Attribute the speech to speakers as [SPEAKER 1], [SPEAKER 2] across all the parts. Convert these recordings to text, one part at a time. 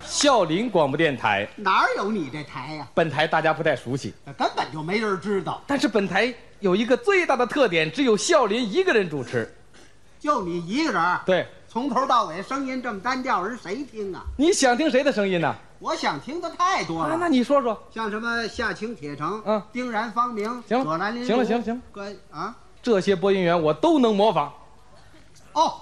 [SPEAKER 1] 孝林广播电台，
[SPEAKER 2] 哪儿有你这台呀、
[SPEAKER 1] 本台大家不太熟悉，
[SPEAKER 2] 根本就没人知道，
[SPEAKER 1] 但是本台有一个最大的特点，只有孝林一个人主持。
[SPEAKER 2] 就你一个人儿，
[SPEAKER 1] 对，
[SPEAKER 2] 从头到尾声音这么单调，人谁听啊？
[SPEAKER 1] 你想听谁的声音呢？
[SPEAKER 2] 我想听的太多
[SPEAKER 1] 啊，
[SPEAKER 2] 了，
[SPEAKER 1] 那你说说，
[SPEAKER 2] 像什么夏青铁城、
[SPEAKER 1] 嗯
[SPEAKER 2] 丁然方明、
[SPEAKER 1] 行了
[SPEAKER 2] 左南林如，
[SPEAKER 1] 行了行了行了
[SPEAKER 2] 关啊，
[SPEAKER 1] 这些播音员我都能模仿，
[SPEAKER 2] 哦，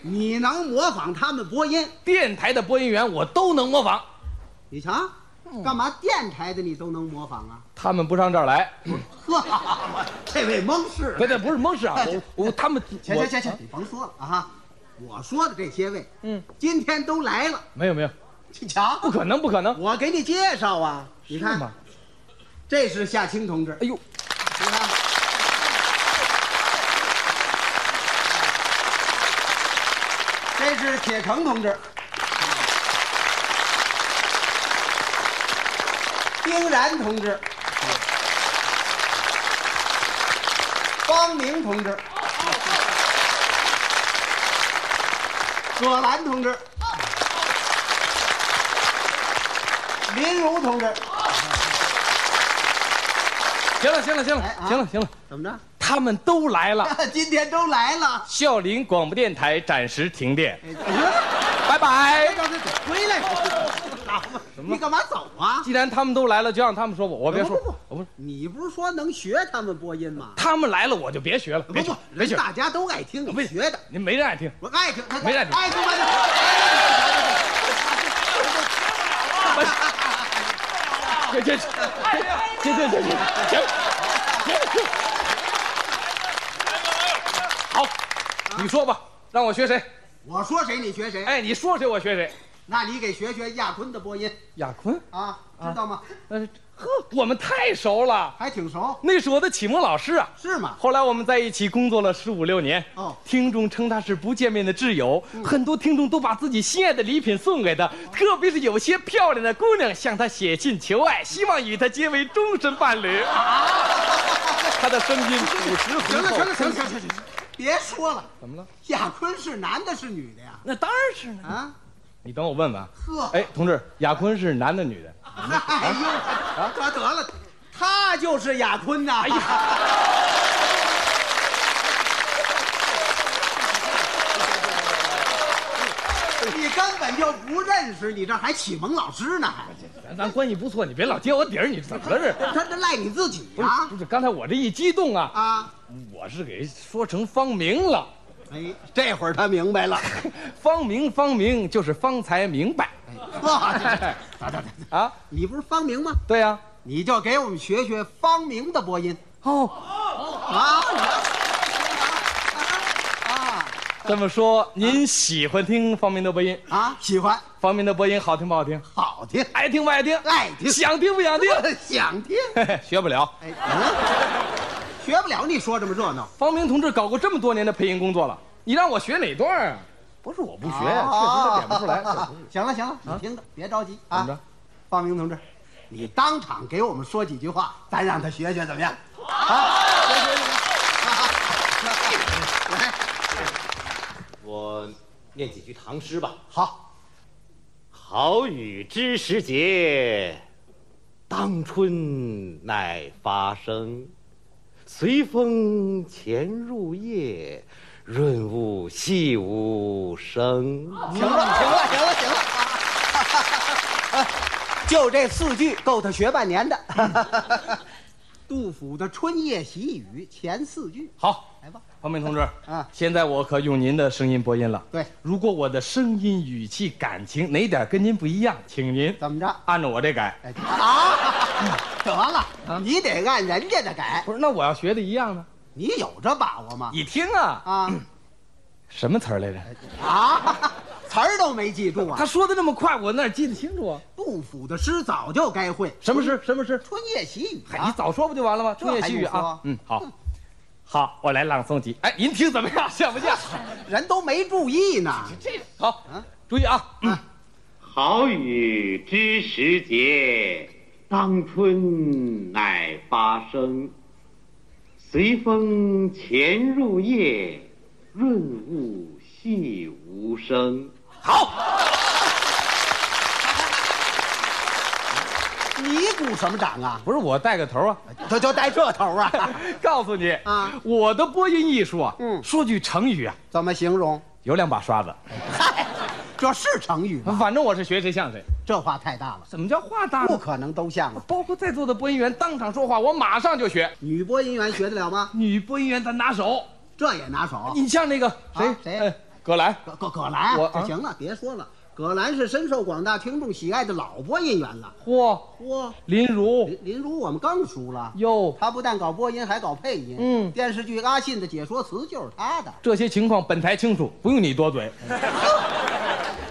[SPEAKER 2] 你能模仿他们播音？
[SPEAKER 1] 电台的播音员我都能模仿。
[SPEAKER 2] 你瞧，干嘛电台的你都能模仿啊？
[SPEAKER 1] 他们不上这儿来，
[SPEAKER 2] 呵，这位蒙氏，
[SPEAKER 1] 不对，不是蒙 氏啊，我我他们
[SPEAKER 2] 行
[SPEAKER 1] 我
[SPEAKER 2] 行行行，你甭说了啊哈，我说的这些位，
[SPEAKER 1] 嗯，
[SPEAKER 2] 今天都来了，
[SPEAKER 1] 没有没有，
[SPEAKER 2] 你瞧
[SPEAKER 1] 不，可能不可能，
[SPEAKER 2] 我给你介绍啊，你
[SPEAKER 1] 是
[SPEAKER 2] 看
[SPEAKER 1] 吗，？
[SPEAKER 2] 这是夏青同志，
[SPEAKER 1] 哎呦，
[SPEAKER 2] 你看，这是铁城同志，丁然同志，方明同志，葛兰同志，林如同志，
[SPEAKER 1] 行了行了行了
[SPEAKER 2] 哎啊
[SPEAKER 1] 行了行了，
[SPEAKER 2] 怎么着？
[SPEAKER 1] 他们都来了。
[SPEAKER 2] 今天都来了。
[SPEAKER 1] 孝林广播电台暂时停电，
[SPEAKER 2] 哎呀
[SPEAKER 1] 拜拜。
[SPEAKER 2] 让他走回来！你干嘛走啊？
[SPEAKER 1] 既然他们都来了，就让他们说我，我别说
[SPEAKER 2] 不不不，
[SPEAKER 1] 我不是，
[SPEAKER 2] 你不是说能学他们播音吗？
[SPEAKER 1] 他们来了我就别学了，
[SPEAKER 2] 不
[SPEAKER 1] 别学
[SPEAKER 2] 不，
[SPEAKER 1] 别
[SPEAKER 2] 人
[SPEAKER 1] 学，
[SPEAKER 2] 大家都爱听，你学的，
[SPEAKER 1] 您没人爱听。
[SPEAKER 2] 我爱听，他
[SPEAKER 1] 没人听
[SPEAKER 2] 爱听哎吧就。
[SPEAKER 1] 这这这这这这这行行，好，你说吧，让我学谁？
[SPEAKER 2] 我说谁你学谁，
[SPEAKER 1] 哎，你说谁我学谁。
[SPEAKER 2] 那你给学学亚坤的播音
[SPEAKER 1] 亚坤，
[SPEAKER 2] 啊，知道吗？
[SPEAKER 1] 呃，呵，我们太熟了，
[SPEAKER 2] 还挺熟，
[SPEAKER 1] 那是我的启蒙老师啊。
[SPEAKER 2] 是吗？
[SPEAKER 1] 后来我们在一起工作了十五六年，
[SPEAKER 2] 哦
[SPEAKER 1] 听众称他是不见面的挚友，很多听众都把自己心爱的礼品送给他，特别是有些漂亮的姑娘向他写信求爱，希望与他结为终身伴侣。他的声音朴实浑
[SPEAKER 2] 行了
[SPEAKER 1] 厚。
[SPEAKER 2] 行了行了行了行了，别说了，
[SPEAKER 1] 怎么了？
[SPEAKER 2] 亚坤是男的是女的呀？
[SPEAKER 1] 那当然是呢。
[SPEAKER 2] 啊，
[SPEAKER 1] 你等我问问啊。
[SPEAKER 2] 呵，
[SPEAKER 1] 哎，同志，雅坤是男的女的？
[SPEAKER 2] 哎呦，得得了，他就是雅坤呐！哎呀，你根本就不认识，你这还启蒙老师呢？还
[SPEAKER 1] 咱咱关系不错，你别老揭我底儿，你怎么啊是？
[SPEAKER 2] 他这赖你自己
[SPEAKER 1] 不是
[SPEAKER 2] 呀
[SPEAKER 1] 不！是，刚才我这一激动啊，
[SPEAKER 2] 啊，
[SPEAKER 1] 我是给说成方明了。
[SPEAKER 2] 哎，这会儿他明白了。
[SPEAKER 1] 方明，方明就是方才明白
[SPEAKER 2] 哇，这这这这这
[SPEAKER 1] 啊！
[SPEAKER 2] 你不是方明吗？
[SPEAKER 1] 对啊呀、
[SPEAKER 2] 你就给我们学学方明的播音
[SPEAKER 1] 哦，
[SPEAKER 2] 啊！啊
[SPEAKER 1] 这么说您喜欢听方明的播音？
[SPEAKER 2] 啊，喜欢，
[SPEAKER 1] 方明的播音好听不好听？
[SPEAKER 2] 好听，
[SPEAKER 1] 爱听不爱听？
[SPEAKER 2] 爱听。
[SPEAKER 1] 想听不想 听？
[SPEAKER 2] 想听。
[SPEAKER 1] 嘿嘿，学不了。
[SPEAKER 2] 哎，嗯， 学不了你说这么热闹。
[SPEAKER 1] 方明同志搞过这么多年的配音工作了，你让我学哪段啊？不是我不学，确实是点不出来。确实是
[SPEAKER 2] 哦 行了行了，你听着，别着急
[SPEAKER 1] 怎么
[SPEAKER 2] 啊
[SPEAKER 1] 着。
[SPEAKER 2] 方明同志，你当场给我们说几句话，咱让他学学怎么样？啊，学学学学。来，
[SPEAKER 3] 我念几句唐诗吧。
[SPEAKER 2] 好，
[SPEAKER 3] 好雨知时节，当春乃发生。随风潜入夜，润物细无声。
[SPEAKER 2] 行了行了行了行了。 哎就这四句够他学半年的。 杜甫的《春夜喜雨》前四句，
[SPEAKER 1] 好，
[SPEAKER 2] 来吧。
[SPEAKER 1] 方明同志，
[SPEAKER 2] 啊
[SPEAKER 1] 现在我可用您的声音播音了。
[SPEAKER 2] 对，
[SPEAKER 1] 如果我的声音、语气、感情哪点跟您不一样，请您
[SPEAKER 2] 怎么着？
[SPEAKER 1] 按照我这改。
[SPEAKER 2] 哎啊， 得了，你得按人家的改，
[SPEAKER 1] 不是，那我要学的一样呢？
[SPEAKER 2] 你有这把握吗？
[SPEAKER 1] 你听啊，哎
[SPEAKER 2] 啊
[SPEAKER 1] 什么词儿来着？
[SPEAKER 2] 啊，词儿都没记住啊！
[SPEAKER 1] 他说的那么快，我哪记得清楚啊？
[SPEAKER 2] 杜甫的诗早就该会，
[SPEAKER 1] 什么诗？什么诗？
[SPEAKER 2] 春夜喜雨
[SPEAKER 1] 嗨，你
[SPEAKER 2] 啊！
[SPEAKER 1] 早说不就完了吗？
[SPEAKER 2] 这
[SPEAKER 1] 春夜细雨
[SPEAKER 2] 还用
[SPEAKER 1] 啊
[SPEAKER 2] 说。
[SPEAKER 1] 嗯，好，好，我来朗诵几。哎，您听怎么样？ 像不 像？
[SPEAKER 2] 人都没注意呢。
[SPEAKER 1] 这好，注意啊。嗯
[SPEAKER 3] 好雨知时节，当春乃发生。随风潜入夜，润物细无声。
[SPEAKER 1] 好，
[SPEAKER 2] 你鼓什么掌啊？
[SPEAKER 1] 不是我带个头啊，
[SPEAKER 2] 就就带这头啊？
[SPEAKER 1] 告诉你
[SPEAKER 2] 哎啊
[SPEAKER 1] 我的播音艺术啊，
[SPEAKER 2] 嗯啊
[SPEAKER 1] 说句成语啊，
[SPEAKER 2] 怎么形容？
[SPEAKER 1] 有两把刷子，
[SPEAKER 2] 嗨，这是成语吗？
[SPEAKER 1] 反正我是学谁像谁。
[SPEAKER 2] 这话太大了，
[SPEAKER 1] 怎么叫话大
[SPEAKER 2] 不
[SPEAKER 1] 呢？
[SPEAKER 2] 可能都像啊。
[SPEAKER 1] 包括在座的播音员当场说话，我马上就学。
[SPEAKER 2] 女播音员学得了吗？
[SPEAKER 1] 女播音员咱拿手，
[SPEAKER 2] 这也拿手。
[SPEAKER 1] 你像那个谁
[SPEAKER 2] 哦啊谁
[SPEAKER 1] 哎葛兰，
[SPEAKER 2] 葛葛葛兰，
[SPEAKER 1] 我
[SPEAKER 2] 这
[SPEAKER 1] 啊
[SPEAKER 2] 行了，别说了。葛兰是深受广大听众喜爱的老播音员了。
[SPEAKER 1] 嚯，
[SPEAKER 2] 嚯，
[SPEAKER 1] 林如，
[SPEAKER 2] 林林如我们更熟了。
[SPEAKER 1] 哟，
[SPEAKER 2] 他不但搞播音，还搞配音。
[SPEAKER 1] 嗯
[SPEAKER 2] 电视剧《阿信》的解说词就是他的。
[SPEAKER 1] 这些情况本台清楚，不用你多 嘴。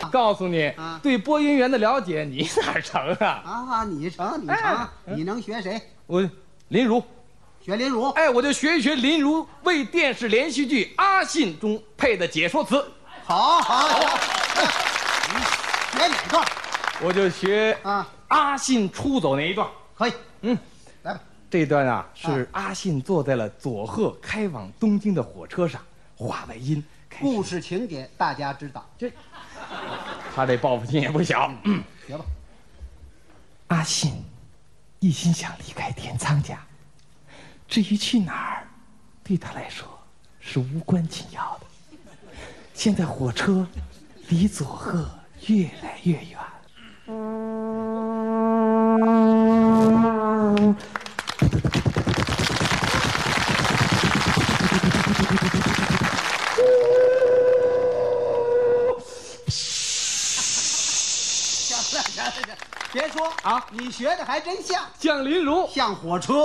[SPEAKER 1] 告诉你
[SPEAKER 2] 啊，
[SPEAKER 1] 对播音员的了解你哪儿成啊？
[SPEAKER 2] 啊，你成，你成
[SPEAKER 1] 哎，
[SPEAKER 2] 你能学谁？
[SPEAKER 1] 我林如，
[SPEAKER 2] 学林如。
[SPEAKER 1] 哎，我就学一学林如为电视连续剧《阿信》中配的解说词，
[SPEAKER 2] 好好好，
[SPEAKER 1] 哎
[SPEAKER 2] 你学哪段
[SPEAKER 1] 我就学
[SPEAKER 2] 啊？
[SPEAKER 1] 阿信出走那一段。
[SPEAKER 2] 可以，
[SPEAKER 1] 嗯，
[SPEAKER 2] 来吧。
[SPEAKER 1] 这段啊，是阿信坐在了佐贺开往东京的火车上，话外音开始。
[SPEAKER 2] 故事情节大家知道，
[SPEAKER 1] 这他这报复心也不小。嗯
[SPEAKER 2] 学吧。
[SPEAKER 1] 阿信一心想离开田仓家，至于去哪儿，对他来说是无关紧要的。现在火车离佐贺越来越远。
[SPEAKER 2] 行了行了行了，别说
[SPEAKER 1] 啊
[SPEAKER 2] 你学的还真像，
[SPEAKER 1] 蒋林如，
[SPEAKER 2] 像火车。